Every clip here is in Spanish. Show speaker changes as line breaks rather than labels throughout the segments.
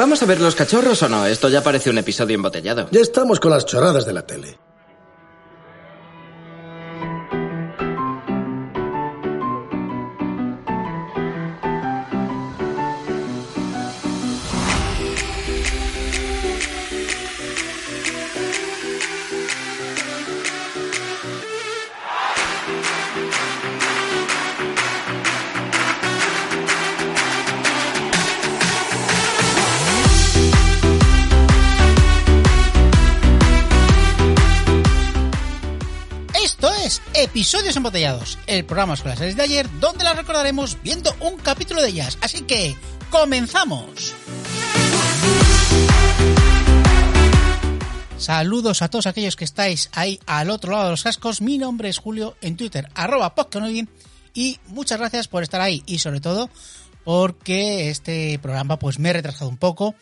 ¿Vamos a ver los cachorros o no? Esto ya parece un episodio embotellado.
Ya estamos con las choradas de la tele.
Esto es Episodios Embotellados, el programa con las series de ayer donde las recordaremos viendo un capítulo de ellas. Así que, comenzamos. Saludos a todos aquellos que estáis ahí al otro lado de los cascos. Mi nombre es Julio en Twitter, arroba Podconoy, y muchas gracias por estar ahí y sobre todo porque este programa pues me he retrasado un poco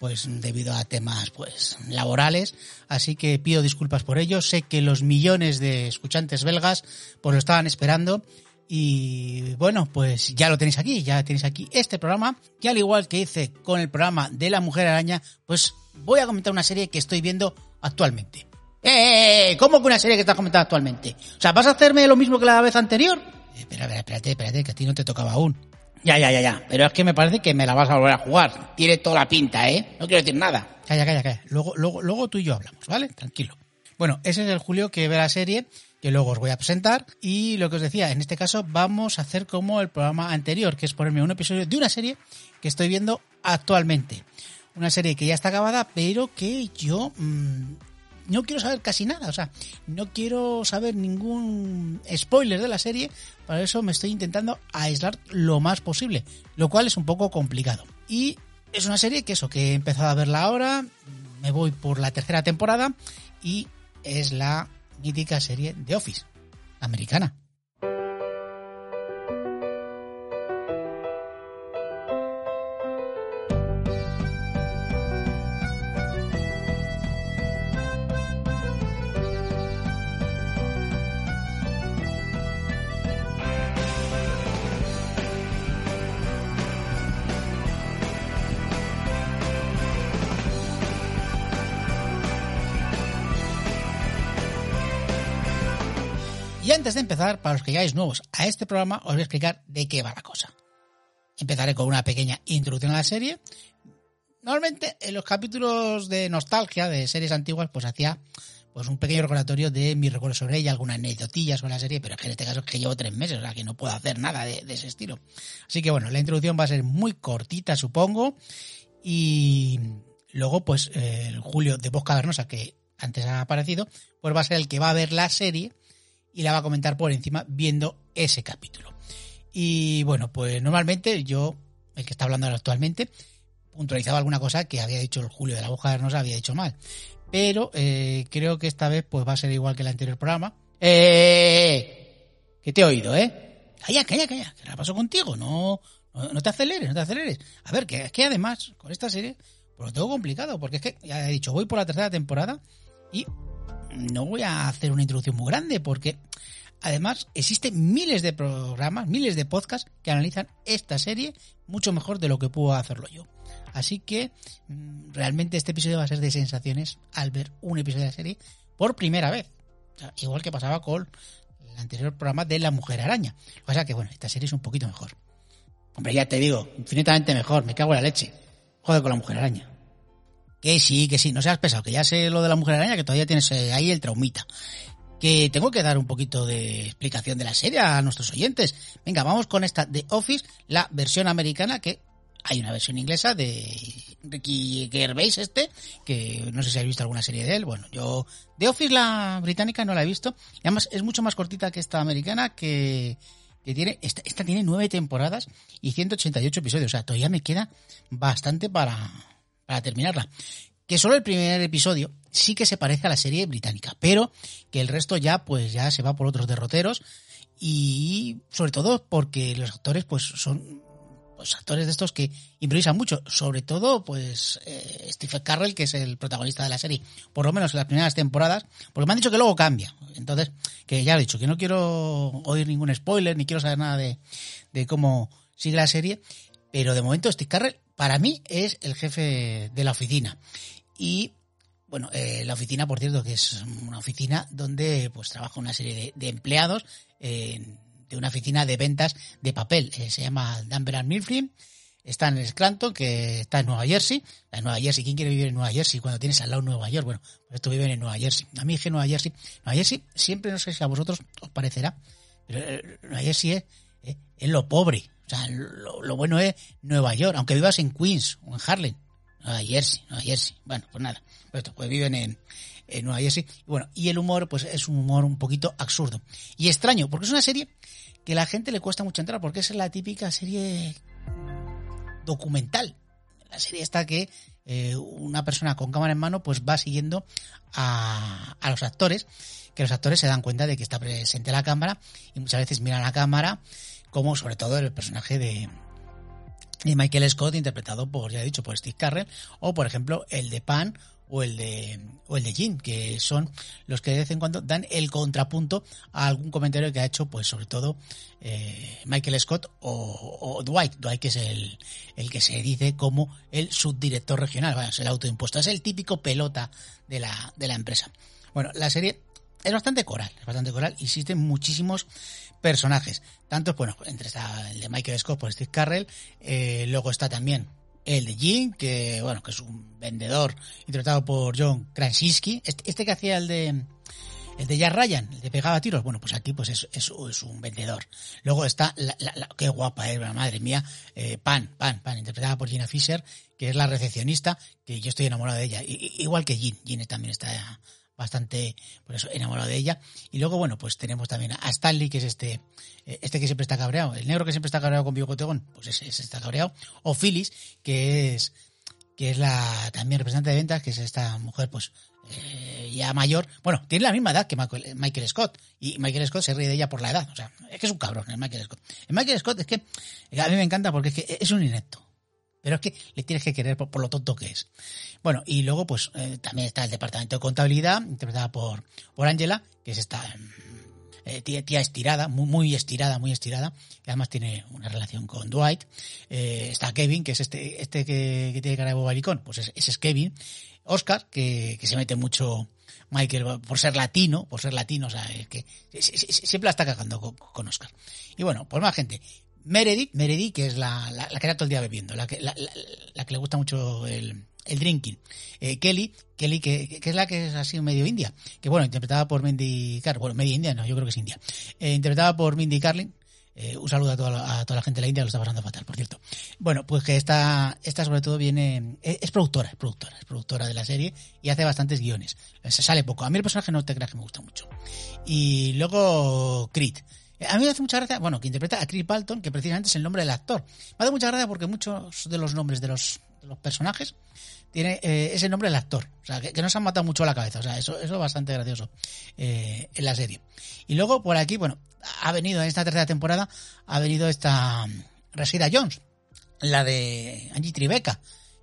pues debido a temas pues laborales, así que pido disculpas por ello. Sé que los millones de escuchantes belgas pues lo estaban esperando y bueno, pues ya lo tenéis aquí, ya tenéis aquí este programa. Y al igual que hice con el programa de la Mujer Araña, pues voy a comentar una serie que estoy viendo actualmente. ¡Eh, eh, eh! ¿Cómo que una serie que estás comentando actualmente? O sea, ¿vas a hacerme lo mismo que la vez anterior? Eh, Espera, espera, espérate, espérate, que a ti no te tocaba aún. Ya, ya, ya, ya. Pero es que me parece que me la vas a volver a jugar. Tiene toda la pinta, ¿eh? No quiero decir nada. Calla, calla, calla. Luego, luego, luego tú y yo hablamos, ¿vale? Tranquilo. Bueno, ese es el Julio que ve la serie, que luego os voy a presentar. Y lo que os decía, en este caso vamos a hacer como el programa anterior, que es ponerme un episodio de una serie que estoy viendo actualmente. Una serie que ya está acabada, pero que yo mm, no quiero saber casi nada, o sea, no quiero saber ningún spoiler de la serie, para eso me estoy intentando aislar lo más posible, lo cual es un poco complicado. Y es una serie que eso, que he empezado a verla ahora, me voy por la tercera temporada y es la mítica serie de Office, americana. Y antes de empezar, para los que llegáis nuevos a este programa, os voy a explicar de qué va la cosa. Empezaré con una pequeña introducción a la serie. Normalmente en los capítulos de nostalgia de series antiguas, pues hacía pues un pequeño recordatorio de mis recuerdos sobre ella, alguna anécdotilla sobre la serie, pero es que en este caso es que llevo tres meses, o sea que no puedo hacer nada de, de ese estilo. Así que bueno, la introducción va a ser muy cortita, supongo. Y luego, pues, eh, el Julio de Voz Cavernosa, que antes ha aparecido, pues va a ser el que va a ver la serie y la va a comentar por encima viendo ese capítulo. Y bueno, pues normalmente yo, el que está hablando ahora actualmente, puntualizaba alguna cosa que había dicho el Julio de la Boca nos había dicho mal. Pero eh, creo que esta vez pues va a ser igual que el anterior programa. ¡Eh! Que te he oído, ¿eh? Calla, calla, calla. ¿Qué la paso contigo? No, no, no te aceleres, no te aceleres. A ver, que es que además, con esta serie, pues lo tengo complicado, porque es que, ya he dicho, voy por la tercera temporada y no voy a hacer una introducción muy grande porque además existen miles de programas, miles de podcasts que analizan esta serie mucho mejor de lo que puedo hacerlo yo. Así que mm, realmente este episodio va a ser de sensaciones al ver un episodio de la serie por primera vez. O sea, igual que pasaba con el anterior programa de La Mujer Araña. O sea que bueno, esta serie es un poquito mejor. Hombre, ya te digo, infinitamente mejor, me cago en la leche. Joder con la Mujer Araña. Que sí, que sí, no seas pesado, que ya sé lo de la mujer araña, que todavía tienes eh, ahí el traumita. Que tengo que dar un poquito de explicación de la serie a nuestros oyentes. Venga, vamos con esta de Office, la versión americana, que hay una versión inglesa de Ricky Gervais este, que no sé si habéis visto alguna serie de él. Bueno, yo de Office la británica no la he visto. Y además es mucho más cortita que esta americana, que, que tiene, esta, esta tiene nueve temporadas y 188 episodios. O sea, todavía me queda bastante para, para terminarla. Que solo el primer episodio sí que se parece a la serie británica, pero que el resto ya, pues ya se va por otros derroteros. Y sobre todo porque los actores, pues, son pues, actores de estos que improvisan mucho. Sobre todo, pues, eh, Stephen Carrell, que es el protagonista de la serie, por lo menos en las primeras temporadas, porque me han dicho que luego cambia. Entonces, que ya lo he dicho, que no quiero oír ningún spoiler, ni quiero saber nada de, de cómo sigue la serie. Pero de momento Steve Carrell para mí es el jefe de la oficina. Y bueno, eh, la oficina, por cierto, que es una oficina donde pues trabaja una serie de, de empleados eh, de una oficina de ventas de papel. Eh, se llama Dumber and Mifflin. Está en Scranton, que está en Nueva Jersey. En Nueva Jersey, ¿quién quiere vivir en Nueva Jersey cuando tienes al lado Nueva York? Bueno, pues estos viven en Nueva Jersey. A mí es que Nueva Jersey, Nueva Jersey siempre, no sé si a vosotros os parecerá, pero eh, Nueva Jersey es, eh, es lo pobre. O sea, lo, lo bueno es Nueva York, aunque vivas en Queens o en Harlem. Nueva Jersey, Nueva Jersey. Bueno, pues nada. Pues, esto, pues viven en, en Nueva Jersey. Y bueno, y el humor, pues es un humor un poquito absurdo. Y extraño, porque es una serie que a la gente le cuesta mucho entrar, porque es la típica serie documental. La serie está que eh, una persona con cámara en mano pues va siguiendo a, a los actores, que los actores se dan cuenta de que está presente la cámara y muchas veces miran a la cámara, como sobre todo el personaje de, de Michael Scott, interpretado por, ya he dicho, por Steve Carrell, o por ejemplo el de Pan o el de, o el de Jim, que son los que de vez en cuando dan el contrapunto a algún comentario que ha hecho, pues sobre todo eh, Michael Scott o, o Dwight. Dwight, que es el, el que se dice como el subdirector regional, bueno, es el autoimpuesto, es el típico pelota de la, de la empresa. Bueno, la serie es bastante coral, es bastante coral, existen muchísimos personajes. Tantos, bueno, entre está el de Michael Scott por Steve Carrell, eh, luego está también el de Jim, que bueno, que es un vendedor interpretado por John Krasinski, este, este que hacía el de el de Jack Ryan, el de pegaba tiros, bueno, pues aquí pues es, es, es un vendedor. Luego está la, la, la- qué guapa es, madre mía, eh, Pan, Pan, Pan, interpretada por Gina Fisher, que es la recepcionista, que yo estoy enamorado de ella, I- i- igual que Jim, Jim también está bastante por eso enamorado de ella y luego bueno pues tenemos también a Stanley que es este eh, este que siempre está cabreado el negro que siempre está cabreado con Bigotegón pues ese, ese está cabreado o Phyllis que es que es la también representante de ventas que es esta mujer pues eh, ya mayor bueno tiene la misma edad que Michael, eh, Michael Scott y Michael Scott se ríe de ella por la edad o sea es que es un cabrón el Michael Scott el Michael Scott es que eh, a mí me encanta porque es que es un inepto pero es que le tienes que querer por, por lo tonto que es. Bueno, y luego pues eh, también está el departamento de contabilidad, interpretada por por Angela, que es esta mm, eh, tía, tía estirada, muy, muy estirada, muy estirada, que además tiene una relación con Dwight. Eh, está Kevin, que es este, este que, que tiene cara de bobalicón, pues es- ese es Kevin. Oscar, que, que se mete mucho Michael por ser latino, por ser latino, o sea, es que si- si- si- siempre la está cagando con, con Oscar. Y bueno, pues más gente. Meredith, Meredith, que es la, la- la que está todo el día bebiendo, la que, la, la- la que le gusta mucho el, el drinking. Eh, Kelly, Kelly que, que- que es la que es así medio india, que bueno, interpretada por Mindy Carlin, bueno, medio india, no, yo creo que es india, Eh, interpretada por Mindy Carlin. Eh, un saludo a toda, la, a toda la gente de la India, lo está pasando fatal, por cierto. Bueno, pues que esta, esta sobre todo viene... e, Es, es productora, es productora, es productora de la serie y hace bastantes guiones. Eh, Se sale poco. A mí el personaje no te creas que me gusta mucho. Y luego Creed. Eh, A mí me hace mucha gracia, bueno, que interpreta a Creed Balton, que precisamente es el nombre del actor. Me hace mucha gracia porque muchos de los nombres de los, de los personajes tiene eh, ese nombre del actor. O sea, que, que no se han matado mucho la cabeza. O sea, eso, eso es bastante gracioso eh, en la serie. Y luego por aquí, bueno, ha venido en esta tercera temporada, ha venido esta mm, Rashida Jones, la de Angie Tribeca.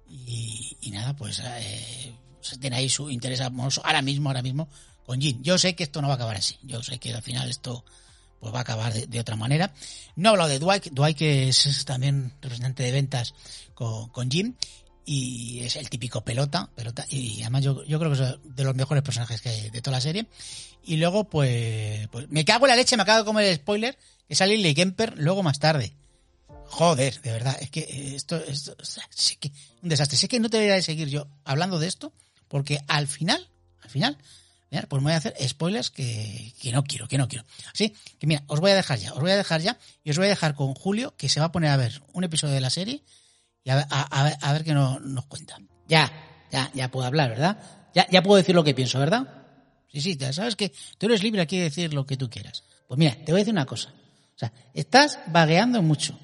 Y, y nada, pues eh, se tiene ahí su interés amoroso ahora mismo, ahora mismo, con Jin. Yo sé que esto no va a acabar así. Yo sé que al final esto pues va a acabar de, de otra manera. No he hablado de Dwight, Dwight que es, es también representante de ventas con, con Jim y es el típico pelota, pelota y además yo, yo creo que es de los mejores personajes que hay de toda la serie. Y luego pues, pues me cago en la leche, me acabo de comer el spoiler, que sale Lee Kemper luego más tarde. Joder, de verdad, es que eh, esto, esto o sea, sí que un desastre. Sé que no te voy a seguir yo hablando de esto, porque al final, al final, mira, pues me voy a hacer spoilers que, que no quiero, que no quiero. Así que mira, os voy a dejar ya, os voy a dejar ya, y os voy a dejar con Julio, que se va a poner a ver un episodio de la serie y a, ver- a- a ver- a ver qué no- nos cuenta. Ya, ya, ya puedo hablar, ¿verdad? Ya, ya puedo decir lo que pienso, ¿verdad? Sí, sí, ya sabes que tú eres libre aquí de decir lo que tú quieras. Pues mira, te voy a decir una cosa. O sea, estás vagueando mucho.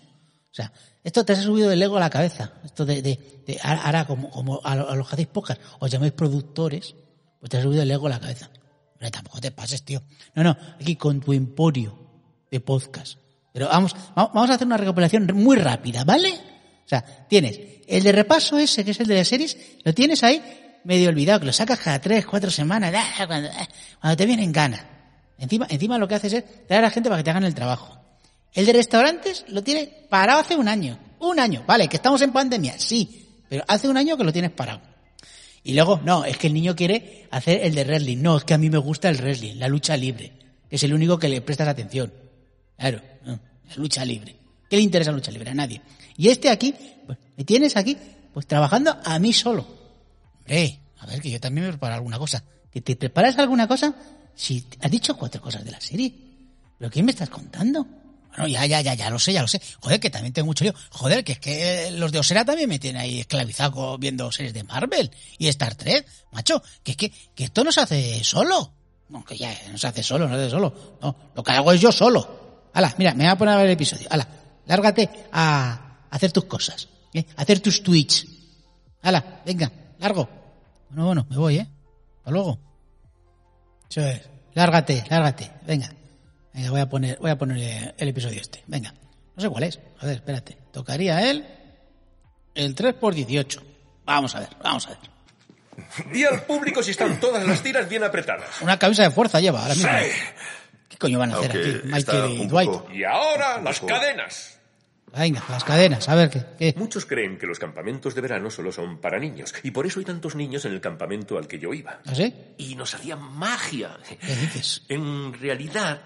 O sea, esto te has subido el ego a la cabeza. Esto de, de, de- ahora- ahora como, como a, lo- a los que hacéis podcast, os llamáis productores, pues te has subido el ego a la cabeza. Hombre, tampoco te pases, tío. No, no, aquí con tu emporio de podcast. Pero vamos, va- vamos a hacer una recopilación muy rápida, ¿vale? O sea, tienes el de repaso ese, que es el de las series, lo tienes ahí medio olvidado, que lo sacas cada tres, cuatro semanas, ah, cuando, ah, cuando te vienen ganas. Encima, encima lo que haces es traer a la gente para que te hagan el trabajo. El de restaurantes lo tiene parado hace un año. Un año, vale, que estamos en pandemia, sí, pero hace un año que lo tienes parado. Y luego, no, es que el niño quiere hacer el de wrestling. No, es que a mí me gusta el wrestling, la lucha libre. que Es el único que le prestas atención. Claro, ¿no? la lucha libre. ¿Qué le interesa la lucha libre? A nadie. Y este aquí, pues, me tienes aquí, pues trabajando a mí solo. Hombre, a ver, que yo también me preparo alguna cosa. ¿Que te preparas alguna cosa? Si te- has dicho cuatro cosas de la serie. ¿Pero qué me estás contando? Bueno, ya, ya, ya, ya lo sé, ya lo sé. Joder, que también tengo mucho lío. Joder, que es que los de Osera también me tienen ahí esclavizado co- viendo series de Marvel y Star Trek. Macho, que es que, que esto no se hace solo. No, que ya no se hace solo, no se hace solo. No, lo que hago es yo solo. Hala, mira, me voy a poner a ver el episodio. Hala, lárgate a hacer tus cosas. ¿eh? A hacer tus tweets. Hala, venga, largo. Bueno, bueno, me voy, ¿eh? Hasta luego. Eso es. Lárgate, lárgate. Venga. Venga, voy a poner, voy a poner eh, el episodio este. Venga. No sé cuál es. A ver, espérate. Tocaría él el 3x18. Vamos a ver, vamos a ver.
Di al público si están todas las tiras bien apretadas.
Una camisa de fuerza lleva ahora mismo. ¿Qué coño van a hacer
Aunque
aquí?
está
Michael y
un
Dwight.
poco-
Y ahora las cadenas.
Venga, las cadenas. A ver, ¿qué? qué?
Muchos creen que los campamentos de verano solo son para niños, y por eso hay tantos niños en el campamento al que yo iba.
¿Ah, sí?
Y nos hacían magia.
¿Qué dices?
En realidad,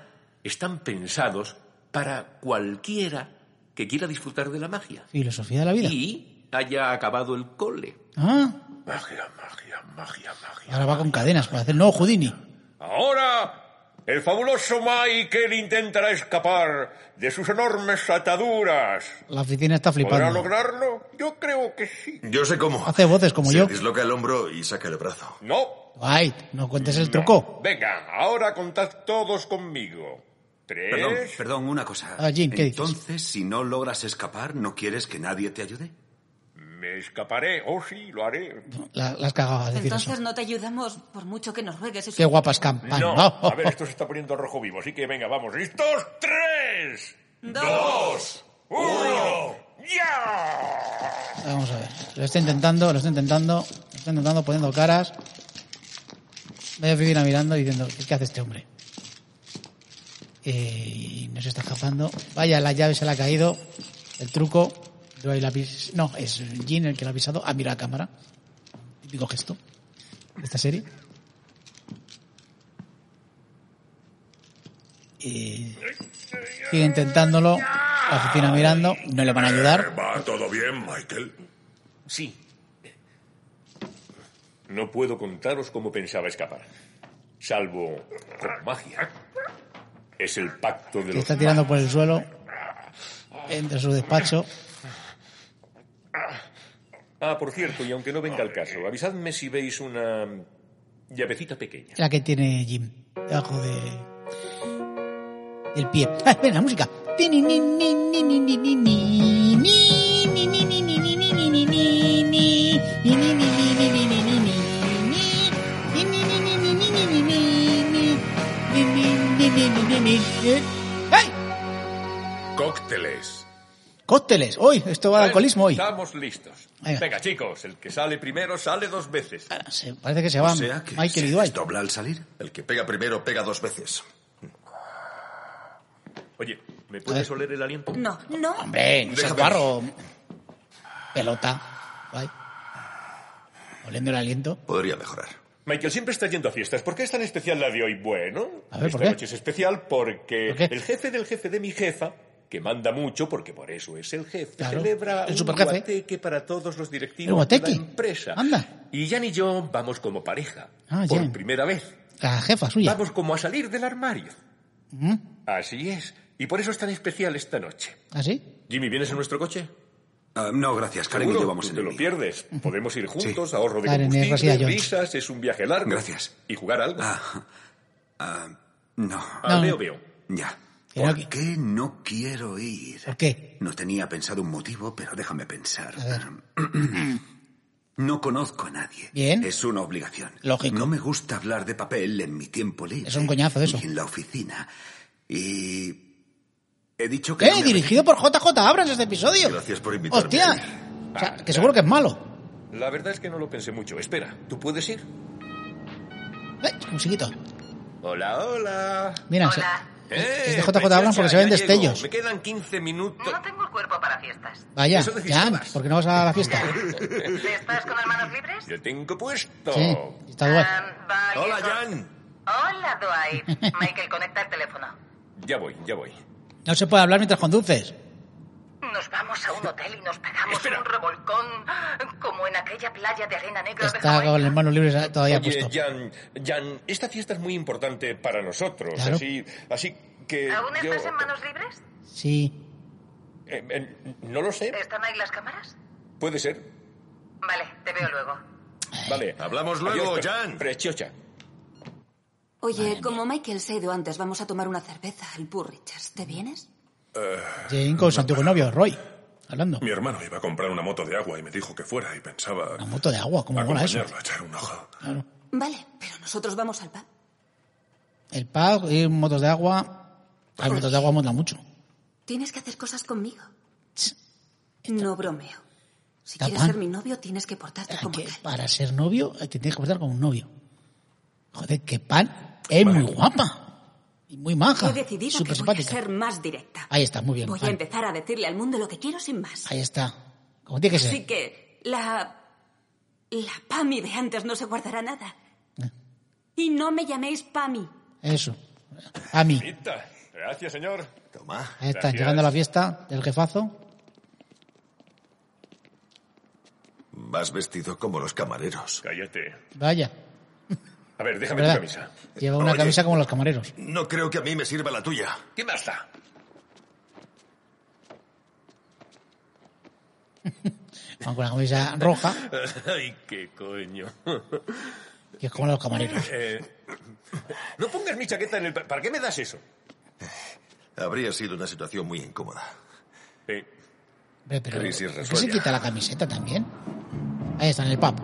están pensados para cualquiera que quiera disfrutar de la magia.
Filosofía de la vida.
Y haya acabado el cole.
Ah,
Magia, magia, magia, magia.
ahora va con cadenas para hacer nuevo Houdini.
Ahora, el fabuloso Michael intentará escapar de sus enormes ataduras.
La oficina está
¿Podrá
flipando.
lograrlo? Yo creo que sí.
Yo sé cómo.
Hace voces como
Se
yo.
disloca el hombro y saca el brazo.
No.
Dwight, no cuentes el truco.
Venga, ahora contad todos conmigo. Tres.
Perdón, perdón, una cosa.
Ah, Jim, ¿qué dices?
Entonces, si no logras escapar, ¿no quieres que nadie te ayude?
Me escaparé. Oh, sí, lo haré.
La- las cagabas decir
Entonces
eso.
no te ayudamos por mucho que nos ruegues. es
Qué
un-
guapas campanas.
No.
Ah, No.
A ver, esto se está poniendo rojo vivo, así que venga, vamos. ¿Listos? ¡Tres!
Dos.
¡Uno! ¡Ya!
Vamos a ver. Lo está intentando, lo está intentando. Lo está intentando poniendo caras. Vaya Fibina mirando y diciendo, ¿qué, qué hace este hombre? Eh, nos está escapando. Vaya, la llave se le ha caído. El truco. Dwight la pis- No, es Jin el que la ha pisado. Ah, mira la cámara. Típico gesto. de Esta serie. Eh, sigue intentándolo. La oficina mirando. No le van a ayudar.
¿Va todo bien, Michael?
Sí. No puedo contaros cómo pensaba escapar. Salvo con magia. Es el pacto de
que
los
está tirando por el suelo entre su despacho.
Ah, por cierto, y aunque no venga el caso, avisadme si veis una llavecita pequeña.
La que tiene Jim debajo de del pie. Ah, ven la música. ¡Ay!
Cócteles.
¡Cócteles! Hoy, esto va al alcoholismo hoy.
Estamos listos.
Venga.
Venga. chicos, el que sale primero sale dos veces.
Ah, se- Parece que se van
O sea que
Michael y
se
Dwight.
¿Dobla al salir?
El que pega primero pega dos veces.
Oye, ¿me puedes oler el aliento?
No, no.
Hombre, no seas
Déjame.
guarro. Pelota. Guay. Oliendo el aliento.
Podría mejorar.
Michael, siempre está yendo a fiestas. ¿Por qué es tan especial la de hoy? Bueno,
A ver,
esta
¿por qué?
noche es especial porque
¿Por qué?
el jefe del jefe de mi jefa, que manda mucho, porque por eso es el jefe,
Claro,
celebra
el
un
superjefe.
guateque para todos los
El
directivos de
guateque.
la empresa.
Anda.
Y Jan y yo vamos como pareja,
Ah,
por
Jan.
primera vez.
La jefa suya.
Vamos como a salir del armario.
¿Mm?
Así es. Y por eso es tan especial esta noche.
¿Ah, sí?
Jimmy, ¿vienes en nuestro coche?
Ah, no, gracias, Karen y
Seguro,
yo vamos
tú
en
te
el
lo
mío.
pierdes. Podemos ir juntos, ahorro de
Karen, es Rosy
combustible,
Ayón.
risas, es un viaje largo.
Gracias.
Y jugar algo.
Ah, ah, no,
Al
No.
veo, veo.
ya.
Que no, que-
¿Por qué no quiero ir?
¿Por qué?
No tenía pensado un motivo, pero déjame pensar.
A ver.
No conozco a nadie.
Bien.
Es una obligación.
Lógico.
No me gusta hablar de papel en mi tiempo libre.
Es un coñazo eso.
Y en la oficina. Y... He dicho que... no
¡Eh!
me
Dirigido por JJ Abrams este episodio.
Gracias por invitarme.
¡Hostia! O sea, que seguro que es malo.
La verdad es que no lo pensé mucho. Espera, ¿tú puedes ir?
¡Eh! Musiquito.
Hola, Eh, hola.
Mira,
Hola.
es de JJ Abrams porque se ven destellos.
Me quedan 15 minutos.
No tengo cuerpo para fiestas.
Vaya,
Eso decís
Jan,
todas.
¿por qué no vas a la fiesta?
¿Estás con las manos libres?
Yo tengo puesto.
Sí, está guay.
Ah, vaya
Hola,
con-
Jan.
Hola, Dwight. Michael, conecta el teléfono.
Ya voy, ya voy.
No se puede hablar mientras conduces.
Nos vamos a un hotel y nos pegamos
Espera.
un revolcón como en aquella playa de arena negra de
Está
Hawái.
con las manos libres todavía
Oye,
puesto.
Jan, Jan, esta fiesta es muy importante para nosotros.
Claro.
Así, así que.
¿Aún
Eh, yo-
estás en manos libres?
Sí.
eh, eh, no lo sé.
¿Están ahí las cámaras?
Puede ser.
Vale, te veo luego.
Vale.
Hablamos luego,
pre-
Jan.
Preciosa.
Oye, como Michael se ha ido antes, vamos a tomar una cerveza al Pur Richards. ¿Te vienes?
Jane con su antiguo novio, Roy. Hablando.
Mi hermano iba a comprar una moto de agua y me dijo que fuera y pensaba
Una moto de agua, ¿cómo mola eso?
acompañarlo a echar un ojo.
Claro.
Vale, pero nosotros vamos al pub.
El pub, ir en motos de agua. Las motos de agua mola mucho.
Tienes que hacer cosas conmigo. No bromeo. Si
Está
quieres
pan.
ser mi novio, tienes que portarte
Hay
como
que-
tal.
para ser novio, eh, te tienes que portar como un novio. Joder, que pan. Es muy guapa. Y muy maja.
He decidido que
Súper
voy a
simpática.
ser más directa.
Ahí está, muy bien.
Voy a
Pan.
empezar a decirle al mundo lo que quiero sin más.
Ahí está. Como tiene que ser.
Así que la. La Pami de antes no se guardará nada.
Ah.
Y no me llaméis Pami.
Eso. A mí.
Ita. Gracias, señor.
Toma.
Ahí está,
Gracias.
llegando a la fiesta del jefazo.
Vas vestido como los camareros.
Cállate.
Vaya.
A ver, déjame tu
¿verdad?
camisa.
Lleva una
Oye.
camisa como los camareros.
No creo que a mí me sirva la tuya.
¿Qué más da?
Van con la camisa roja,
Ay, qué coño.
que es como los camareros.
Eh, no pongas mi chaqueta en el... pa- ¿Para qué me das eso?
Habría sido una situación muy incómoda.
Eh,
Hombre, pero ¿por
Crisis
qué se
resuelve.
quita la camiseta también? Ahí está, en el pub.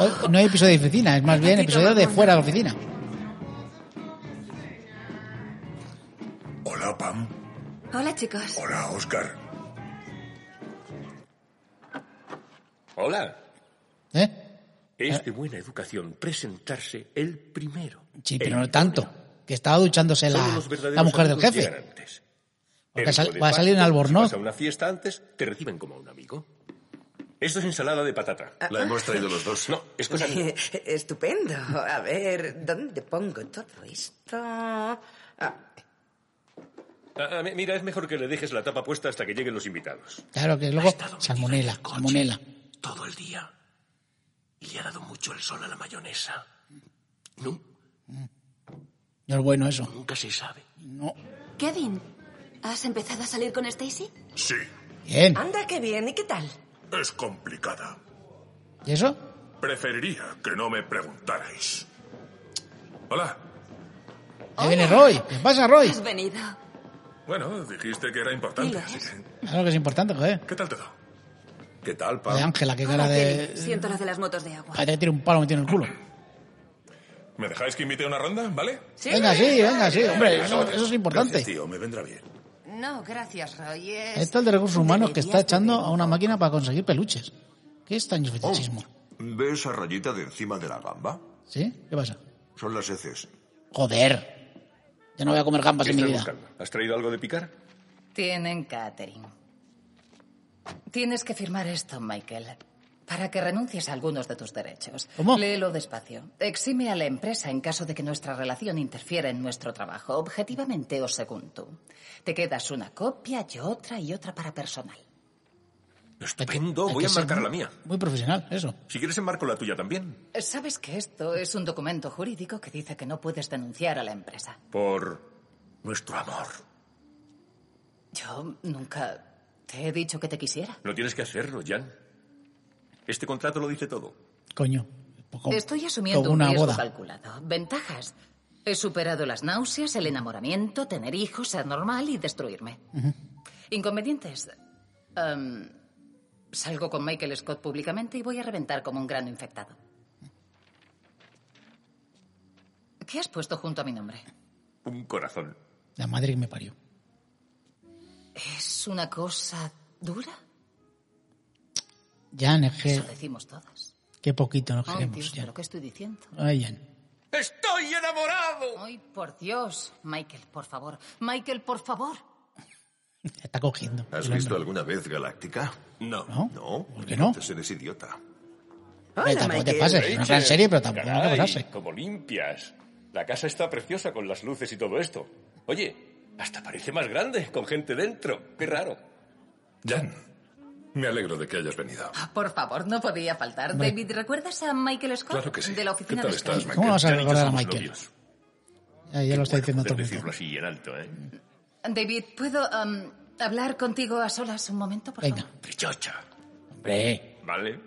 Hoy no hay episodio de oficina, es más bien episodio de fuera de la oficina.
Hola, Pam.
Hola, chicos.
Hola, Oscar.
hola.
¿Eh?
Es de buena educación presentarse el primero.
Sí,
El
pero no
primero.
tanto. Que estaba duchándose
Solo
la,
Eh. los verdaderos
la mujer del
amigos
jefe.
llegan antes.
Porque
En
sal-
lo de
va a
pacto,
salir en Albornoz.
Si vas a una fiesta antes, te reciben como a un amigo. Esto es ensalada de patata.
La hemos traído los dos.
Ah, No, es cosa mía.
Estupendo. A ver, ¿dónde pongo todo esto? Ah,
Ah, ah, mi- Mira, es mejor que le dejes la tapa puesta hasta que lleguen los invitados.
Claro, que luego salmonela, salmonela.
Todo el día. Y le ha dado mucho el sol a la mayonesa.
No es bueno eso.
Nunca se sabe.
No.
Kevin, ¿has empezado a salir con Stacy?
Sí,
Bien.
anda, qué bien. ¿Y qué tal?
es complicada.
¿Y eso?
Preferiría que no me preguntarais. Hola.
Ahí viene Roy. ¿Qué pasa, Roy?
Has venido.
Bueno, dijiste que era
¿Y
importante,
lo
así
es?
que...
Claro que es importante, joder.
¿Qué tal todo? ¿Qué tal,
De
Pam?
Ángela, que cara
Hola,
de...
Kevin. Ah, Siento las de las motos de agua.
Parece que tiene un palo metido en el culo.
¿Me dejáis que invite a una ronda, vale?
Venga, sí, venga, sí. Hombre, eso, eso es
Gracias,
importante.
tío, me vendrá bien.
No, gracias, Roy. Es-
Esto es de recursos humanos que está
Deberías de
echando a una máquina para conseguir peluches. ¿Qué es tan fetichismo?
Oh.
¿Ves esa rayita de encima de la gamba?
¿Sí? ¿Qué pasa?
Son las heces.
Joder. Ya no voy a comer gambas
¿Qué
en mi
estás
vida.
buscando? ¿Has traído algo de picar?
Tienen catering. Tienes que firmar esto, Michael, para que renuncies a algunos de tus derechos.
¿Cómo?
Léelo despacio. Exime a la empresa en caso de que nuestra relación interfiera en nuestro trabajo, objetivamente o según tú. Te quedas una copia y otra y otra para personal.
Estupendo,
Hay
voy a
que ser
marcar la
muy-
mía.
Muy profesional, eso.
Si quieres, enmarco la tuya también.
Sabes que esto es un documento jurídico que dice que no puedes denunciar a la empresa.
Por nuestro amor.
Yo nunca te he dicho que te quisiera.
No tienes que hacerlo, Jan. Este contrato lo dice todo.
Coño. Poco-
Estoy asumiendo
como
un
una
riesgo
boda.
calculado. Ventajas. He superado las náuseas, el enamoramiento, tener hijos, ser normal y destruirme. Inconvenientes. Em, salgo con Michael Scott públicamente y voy a reventar como un grano infectado. ¿Qué has puesto junto a mi nombre?
Un corazón.
La madre que me parió.
¿Es una cosa dura?
Jan, es que...
Eso decimos todas.
Qué poquito nos
Ay,
queremos,
Dios,
Jan.
pero ¿qué estoy diciendo?
Ay, Jan.
¡Estoy en enamorado.
Ay, por Dios. Michael, por favor. Michael, por favor.
Está cogiendo.
¿Has visto alguna vez Galáctica? No.
¿No?
No.
¿Por qué no?
Entonces eres idiota.
Hombre, tampoco te pases. Es una gran
Rachel,
serie, pero tampoco hay que
caray,
pasarse.
Como limpias. La casa está preciosa con las luces y todo esto. Oye, hasta parece más grande con gente dentro. Qué raro.
Jan, me alegro de que hayas venido.
Ah,
Por favor, no podía faltar. David, ¿recuerdas a Michael Scott?
Claro que sí.
De la
¿Qué
oficina
tal
de
estás,
Sky?
Michael?
¿Cómo vas a
Ya ni que
recordar a
somos
Michael?
novios.
Ya, ya lo está diciendo todo
Poder
el mundo.
decirlo así en alto, ¿eh?
David, ¿puedo em, hablar contigo a solas un momento, por
Venga.
favor?
Trichocha.
Hombre,
Vale.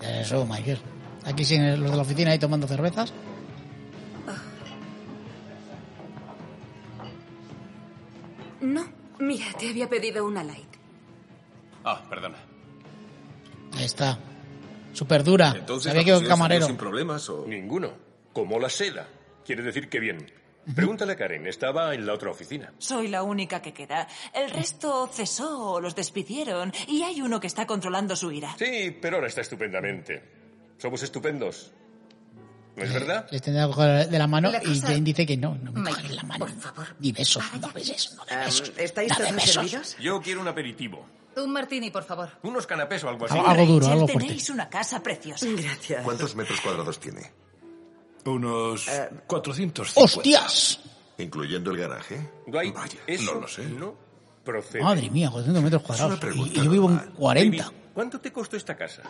eso, Michael. Aquí siguen los de la oficina ahí tomando cervezas.
No, mira, te había pedido una light.
Ah, perdona.
Ahí está. Súper dura.
Entonces,
Sabía
¿la
que era
consigues
camarero.
sin problemas o...?
Ninguno. Como la seda. Quiere decir que bien. Pregúntale a Karen. Estaba en la otra oficina.
Soy la única que queda. El resto cesó o los despidieron y hay uno que está controlando su ira.
Sí, pero ahora está estupendamente. Somos estupendos. ¿No
Eh,
es verdad?
Les tendría que coger de la mano
La
y
cosa-
Jane dice que no, no me
Michael,
coges la mano.
por favor.
Ni besos, no besos, no
Am,
besos.
Ah, ¿Estáis
Dame
todos
besos.
servidos?
Yo quiero un aperitivo.
Un martini, por favor.
Unos canapés o algo así.
Al- Algo duro,
Rachel,
algo fuerte.
tenéis una casa preciosa.
Gracias.
¿Cuántos metros cuadrados tiene?
Unos 450.
¡Hostias!
¿Incluyendo el garaje?
Dwight,
Vaya,
eso
no lo sé.
no procede.
Madre mía, 400 metros cuadrados.
pregunta
Y, y yo vivo en
normal.
40.
David, ¿Cuánto te costó esta casa?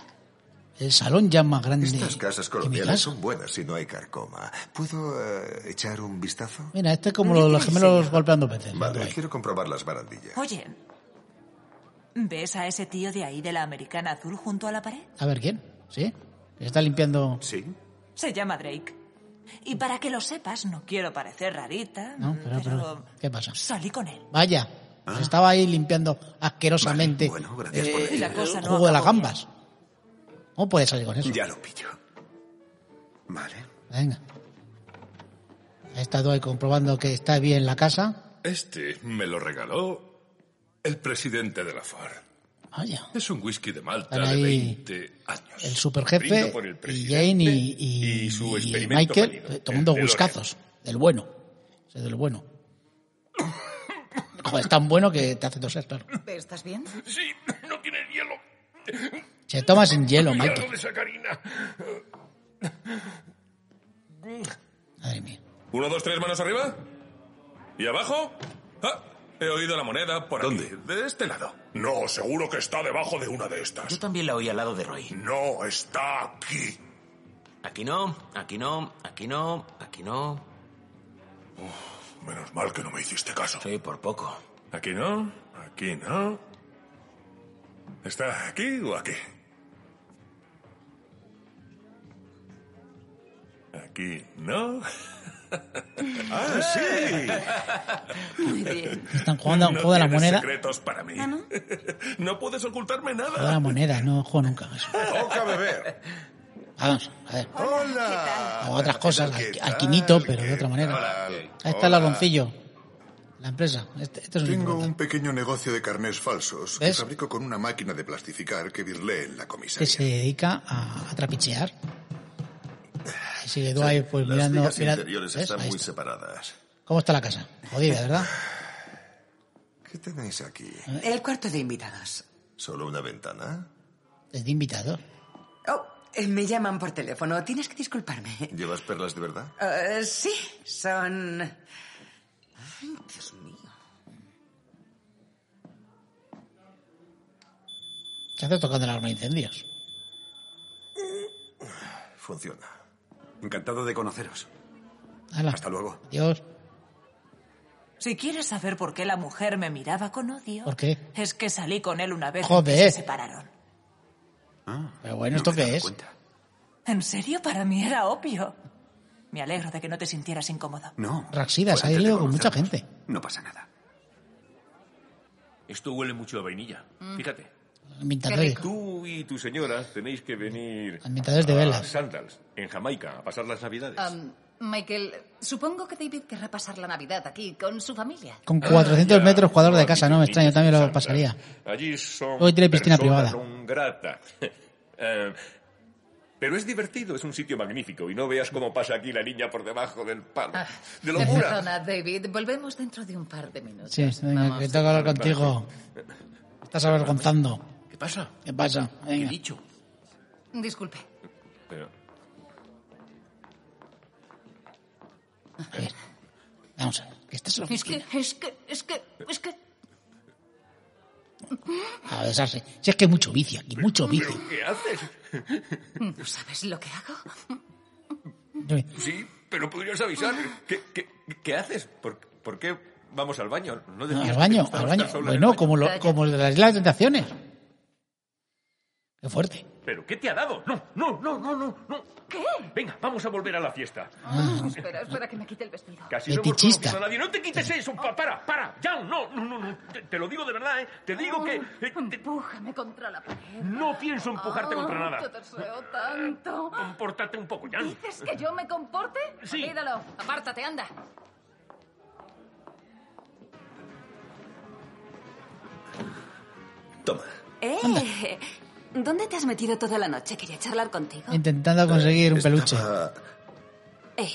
El salón ya más grande.
Estas casas
que mi
coloniales
casa.
son buenas si no hay carcoma. ¿Puedo eh, echar un vistazo?
Mira, este es como lo de los gemelos golpeando veces.
Vale, Pues quiero comprobar las barandillas.
Oye, ¿ves a ese tío de ahí de la americana azul junto a la pared?
A ver, ¿quién? ¿Sí? Que Está limpiando...
Sí,
Se llama Drake. Y para que lo sepas, no quiero parecer rarita,
No, pero, pero, ¿qué pasa?
salí con él.
Vaya, se estaba ahí limpiando asquerosamente eh,
Vale, bueno, gracias por
Y la cosa
el
no
jugo de las
acabó bien.
gambas. ¿Cómo puede salir con eso?
ya lo pillo. Vale.
Venga. Ha estado ahí comprobando que está bien la casa.
Este me lo regaló el presidente de la Ford.
Vaya.
Es un whisky de Malta
Están
de
ahí
20 años.
El
Brindo
superjefe
por el
y
presidente
Jane y, y-
y su
y
experimento
Michael
fallido,
eh, tomando
el DeLorean.
buscazos. Del bueno. O sea, del bueno. Joder, es tan bueno que te hace toser, claro.
¿Estás bien?
Sí, no tiene hielo.
Se toma sin hielo,
Mira
Michael.
lo de sacarina.
Madre mía.
Uno, dos, tres, manos arriba. ¿Y abajo? Ah, he oído la moneda por ¿Dónde? De este lado. No, seguro que está debajo de una de estas.
Yo también la oí al lado de Roy.
No, está aquí.
Aquí no, aquí no, aquí no, aquí no.
Menos mal que no me hiciste caso.
Sí, por poco.
Aquí no, aquí no. ¿Está aquí o aquí? Aquí no. ¡Ah, sí!
Muy bien.
Están jugando a un
No
juego de la
tienes
moneda.
secretos para mí.
Ah, ¿no?
No puedes ocultarme
Juego de la
nada.
moneda, no juego nunca a eso.
¡Toca beber!
Vamos, a ver.
¡Hola!
O otras cosas,
¿Qué
al,
tal?
al quinito, pero de
¿Qué
otra manera.
tal?
Ahí está el
Hola.
aloncillo. La empresa. Este, este es un
Tengo un
importante.
pequeño negocio de carnés falsos que
¿Ves?
fabrico con una máquina de plastificar que virlé en la
que se
comisaría.
dedica a, a trapichear. Y sigue Dwight pues
Las
mirando.
vigas
mira-
interiores
¿ves?
están
Ahí
muy
está.
separadas.
¿Cómo está la casa? Jodida, ¿verdad?
¿Qué tenéis aquí?
El cuarto de invitados.
¿Solo una ventana?
Es de invitado.
Oh, eh, me llaman por teléfono. Tienes que disculparme.
¿Llevas perlas de verdad?
Eh, sí, son... Ay, Dios mío.
¿Qué hace tocando el arma de incendios?
Funciona.
Encantado de conoceros.
Hala.
luego.
Dios.
Si quieres saber por qué la mujer me miraba con odio,
¿Por qué?
es que salí con él una vez
Joder.
que se separaron.
Pero bueno, ¿esto qué es?
En serio, para mí era obvio. Me alegro de que no te sintieras incómodo.
No.
Raxidas,
Fue
ahí
antes de
leo con mucha
conocernos.
gente.
No pasa nada.
Esto huele mucho a vainilla.
Mm.
Fíjate.
Ambientadores.
Tú y tu señora tenéis que venir.
Ambientadores de
a
velas.
Sandals, en Jamaica, a pasar las navidades.
Em, Michael, supongo que David querrá pasar la Navidad aquí con su familia.
Con 400
Ah,
Ya,
metros cuadrados de
no,
casa,
aquí
no me
tiene
extraño, también lo
Santa.
pasaría.
Allí son.
Hoy tiene piscina
personas
privada.
non grata. Eh, Pero es divertido, es un sitio magnífico. Y no veas cómo pasa aquí la niña por debajo del palo.
Ah,
¡De locura!
Perdona, David. Volvemos dentro de un par de minutos.
Sí, venga, que tengo que hablar contigo. Estás avergonzando.
¿Qué pasa?
¿Qué pasa?
¿Qué he
Venga.
dicho?
Disculpe.
Pero-
Vamos a ver. que Esta es la
Es
oficina.
Es que, es que, es que...
A besarse. Si es que hay mucho vicio aquí, mucho vicio.
¿Qué haces?
¿No mm, sabes lo que hago?
Sí, pero podrías avisar. ¿Qué, qué, qué haces? ¿Por, por qué vamos al baño? No
No,
decías
al
que
baño,
estabas
al baño.
tan sola en el
Bueno,
baño.
como, lo, como el de las Islas de Tentaciones. Qué fuerte.
¿Pero qué te ha dado? No, no, no, no, no, no. ¿Qué? Venga, vamos a volver a la fiesta.
Ah.
Espera, espera que me quite el vestido.
Casi
Fetichista.
no hemos conocido a nadie. No te quites eso. Pa- para, para. Ya, no, no, no, no. Te, te lo digo de verdad, ¿eh? Te digo que... eh,
Ah.
te-
Empújame contra la pared.
no pienso empujarte
Ah,
contra
Te
nada.
deseo tanto.
Compórtate un poco, Jan.
¿Dices que yo me comporte?
Sí.
Olvídalo. Apártate, anda.
Toma.
¿Eh? ¿Dónde te has metido toda la noche? Quería charlar contigo.
Intentando conseguir un peluche.
Estaba-
¿Eh?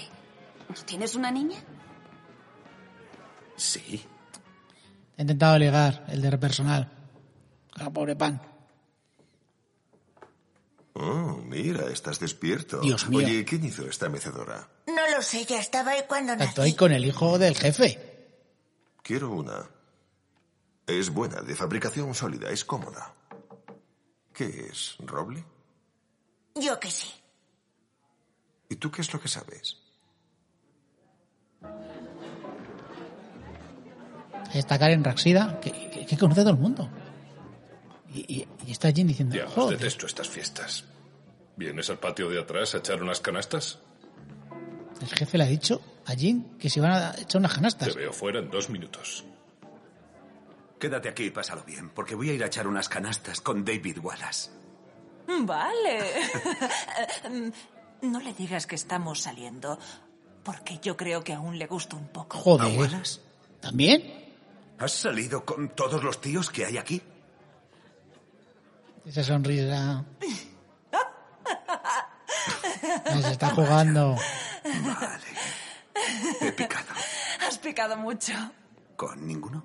¿No tienes una niña?
Sí.
He intentado ligar el de personal. Ah, pobre pan.
Oh, mira, estás despierto.
Dios mío.
Oye, ¿quién hizo esta mecedora?
No lo sé, ya estaba ahí cuando nací.
Estoy con el hijo del jefe.
Quiero una. Es buena, de fabricación sólida, es cómoda. ¿Qué es? ¿Roble?
Yo que sí.
¿Y tú qué es lo que sabes?
Está Karen Raxida, que, que- que conoce a todo el mundo. Y, y- y está Jin diciendo,
Ya,
joder,
detesto estas fiestas. ¿Vienes al patio de atrás a echar unas canastas?
el jefe le ha dicho a Jin que se van a echar unas
Te
canastas.
veo fuera en dos minutos.
Quédate aquí y pásalo bien, porque voy a ir a echar unas canastas con David Wallace.
Vale. Mm, no le digas que estamos saliendo, porque yo creo que aún le gusta un poco.
¿A
Joder.
Wallace?
¿También?
¿Has salido con todos los tíos que hay aquí?
Esa sonrisa. Ay, Se está jugando.
He picado.
Has picado mucho.
¿Con ninguno?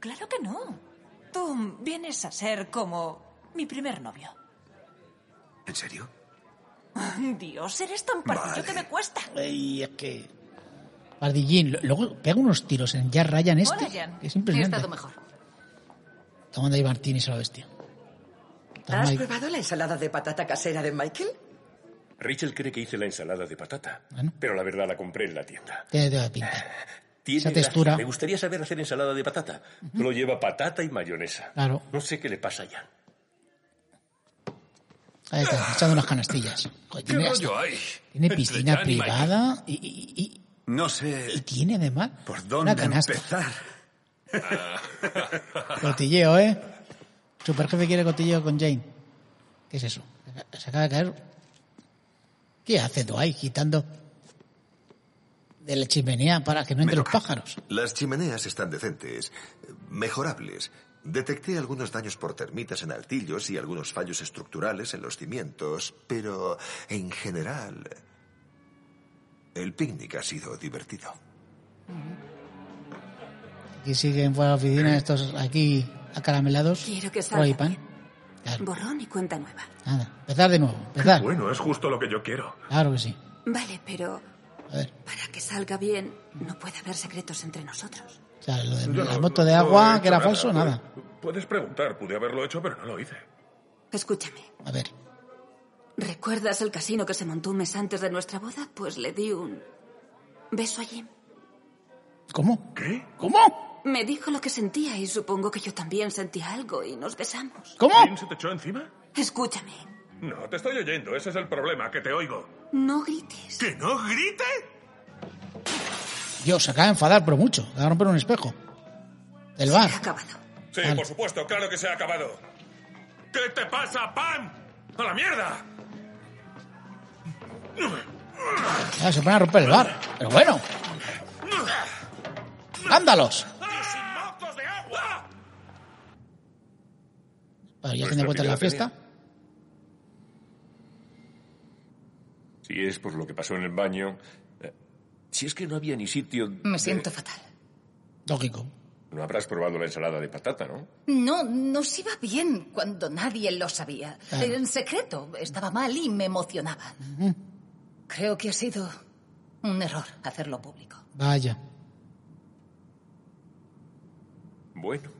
Claro que no. Tú vienes a ser como mi primer novio.
¿En serio?
Dios, eres tan parecido que me cuesta.
Ey, es que. Pardillín, lo- luego pega unos tiros en Jar Ryan este.
Hola, Jan.
que Es
He
impresionante.
estado mejor.
Tomando ahí Martini se lo bestia. Está
¿Has
Mike-
probado la ensalada de patata casera de Michael?
Rachel cree que hice la ensalada de patata,
Bueno.
pero la verdad la compré en la tienda.
Tiene toda la pinta.
Tiene
Esa
gracia.
textura.
Me gustaría saber hacer ensalada de patata. Solo lleva patata y mayonesa.
Claro.
No sé qué le pasa a Jan.
Ahí está, echando unas canastillas. Joder, tiene, hasta-
hay?
tiene piscina privada y, y- y-
No sé
y tiene además
por
una
dónde
canasta.
empezar.
Cotilleo, ¿eh? Superjefe quiere cotilleo con Jane. ¿Qué es eso? Se acaba de caer. ¿Qué hace tú ahí quitando de la chimenea para que no entre los pájaros?
Las chimeneas están decentes, mejorables. Detecté algunos daños por termitas en altillos y algunos fallos estructurales en los cimientos, pero en general el picnic ha sido divertido.
Aquí siguen fuera de la oficina estos aquí acaramelados.
Quiero que salga
Roy Pan.
Borrón y cuenta nueva.
Nada, empezar de nuevo, empezar.
Bueno, es justo lo que yo quiero.
Claro que sí.
Vale, pero
A ver,
para que salga bien, no puede haber secretos entre nosotros.
o sea, lo de
Yo
la
no-
moto de
no he
agua,
hecho
que era
nada. ¿eh?
falso, nada.
Puedes preguntar, pude haberlo hecho, pero no lo hice.
Escúchame.
A ver.
¿Recuerdas el casino que se montó un mes antes de nuestra boda? Pues le di un beso a Jim.
¿Cómo?
¿Qué?
¿Cómo?
Me dijo lo que sentía y supongo que yo también sentía algo y nos besamos.
¿Quién se te echó encima?
Escúchame,
No, te estoy oyendo, ese es el problema, que te oigo.
no grites.
¿Que no grite?
Dios, se acaba de enfadar, pero mucho. Acaba de romper un espejo. Del bar.
Sí, por supuesto, claro que se ha acabado. ¿Qué te pasa, Pam? ¡A la mierda!
Ah, se van a romper el bar. Pero bueno. ¡Vándalos! Bueno, ya
Nuestra
se de vuelta en la
pirotecnia.
fiesta.
Si es por lo que pasó en el baño. eh, si es que no había ni sitio.
Me siento fatal.
Lógico.
No habrás probado la ensalada de patata, ¿no?
No, nos iba bien cuando nadie lo sabía.
Claro.
En secreto, estaba mal y me emocionaba. Creo que ha sido un error hacerlo público.
Vaya.
Bueno,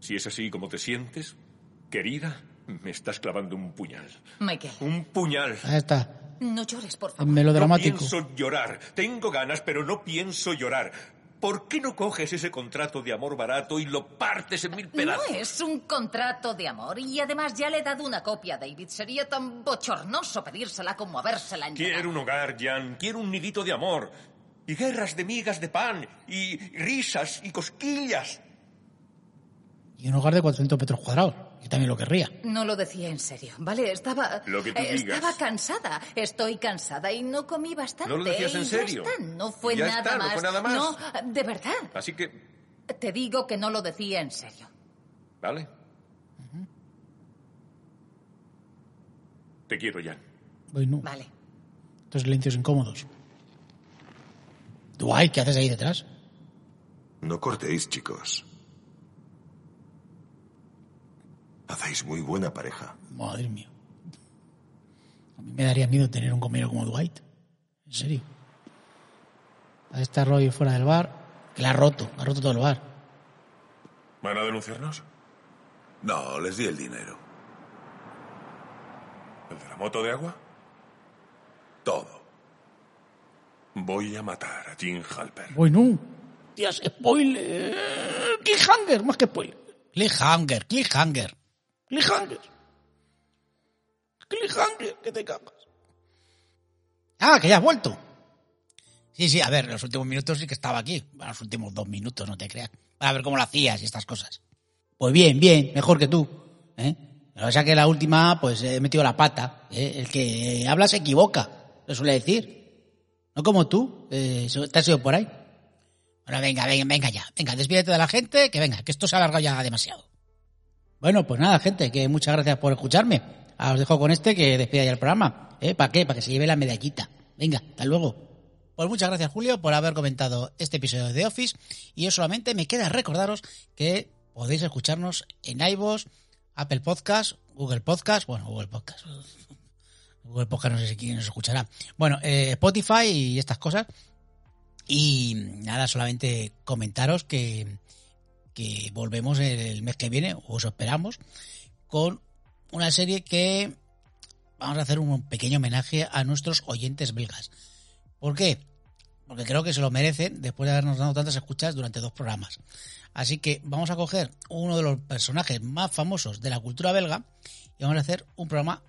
si es así como te sientes, querida, me estás clavando un puñal.
Michael,
Un puñal.
Ahí está.
no llores, por
Es
favor.
melodramático.
No pienso llorar. Tengo ganas, pero no pienso llorar. ¿Por qué no coges ese contrato de amor barato y lo partes en mil
No
pedazos?
es un contrato de amor y además ya le he dado una copia a David. Sería tan bochornoso pedírsela como habérsela entregado.
Quiero un hogar, Jan. Quiero un nidito de amor. Y guerras de migas de pan. Y risas y cosquillas.
Y un hogar de 400 metros cuadrados. Yo también lo querría.
No lo decía en serio, ¿vale? Estaba.
Lo que tú
eh,
digas.
Estaba cansada. Estoy cansada y no comí bastante.
No lo decías en
y ya
serio.
está, no fue,
Ya
nada
está, no
más.
fue nada más.
No, de verdad.
Así que,
Te digo que no lo decía en serio.
¿vale? Te quiero, Jan.
Bueno.
Vale.
Estos Pues silencios incómodos. Dwight, ¿qué haces ahí detrás?
No cortéis, chicos. Hacéis muy buena pareja.
Madre mía. A mí me daría miedo tener un compañero como Dwight. En serio. Ahí está Roy fuera del bar. Que la ha roto. Ha roto todo el bar.
¿Van a denunciarnos?
No, les di el dinero.
¿El de la moto de agua? Todo. Voy a matar a Jim Halper.
Bueno. Dios, spoiler. Cliffhanger, más que spoiler. Cliffhanger, cliffhanger. Cliffhanger. Cliffhanger, que te cagas. Ah, que ya has vuelto. Sí, sí, a ver, los últimos minutos sí que estaba aquí. Bueno, los últimos dos minutos, no te creas. Para ver cómo lo hacías y estas cosas. Pues bien, bien, mejor que tú. ¿eh? Lo que pasa es que la última, pues he metido la pata. ¿eh? El que habla se equivoca, lo suele decir. No como tú, eh, so- te has ido por ahí. Bueno, venga, venga, venga ya. Venga, despídete de la gente, que venga, que esto se ha alargado ya demasiado. Bueno, pues nada, gente, que muchas gracias por escucharme. Ah, os dejo con este que despida ya el programa. ¿Eh? ¿Para qué? Para que se lleve la medallita. Venga, hasta luego. Pues muchas gracias, Julio, por haber comentado este episodio de The Office. Y yo solamente me queda recordaros que podéis escucharnos en iVoox, Apple Podcast, Google Podcast, bueno, Google Podcast. Google Podcast no sé si quién nos escuchará. Bueno, eh, Spotify y estas cosas. Y nada, solamente comentaros que, que volvemos el mes que viene, o os esperamos, con una serie que vamos a hacer un pequeño homenaje a nuestros oyentes belgas. ¿Por qué? Porque creo que se lo merecen después de habernos dado tantas escuchas durante dos programas. Así que vamos a coger uno de los personajes más famosos de la cultura belga y vamos a hacer un programa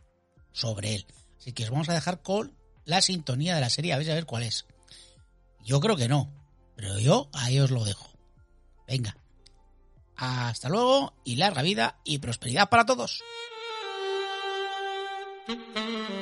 sobre él. Así que os vamos a dejar con la sintonía de la serie, a ver, a ver cuál es. Yo creo que no, pero yo ahí os lo dejo. Venga. Hasta luego y larga vida y prosperidad para todos.
Thank you.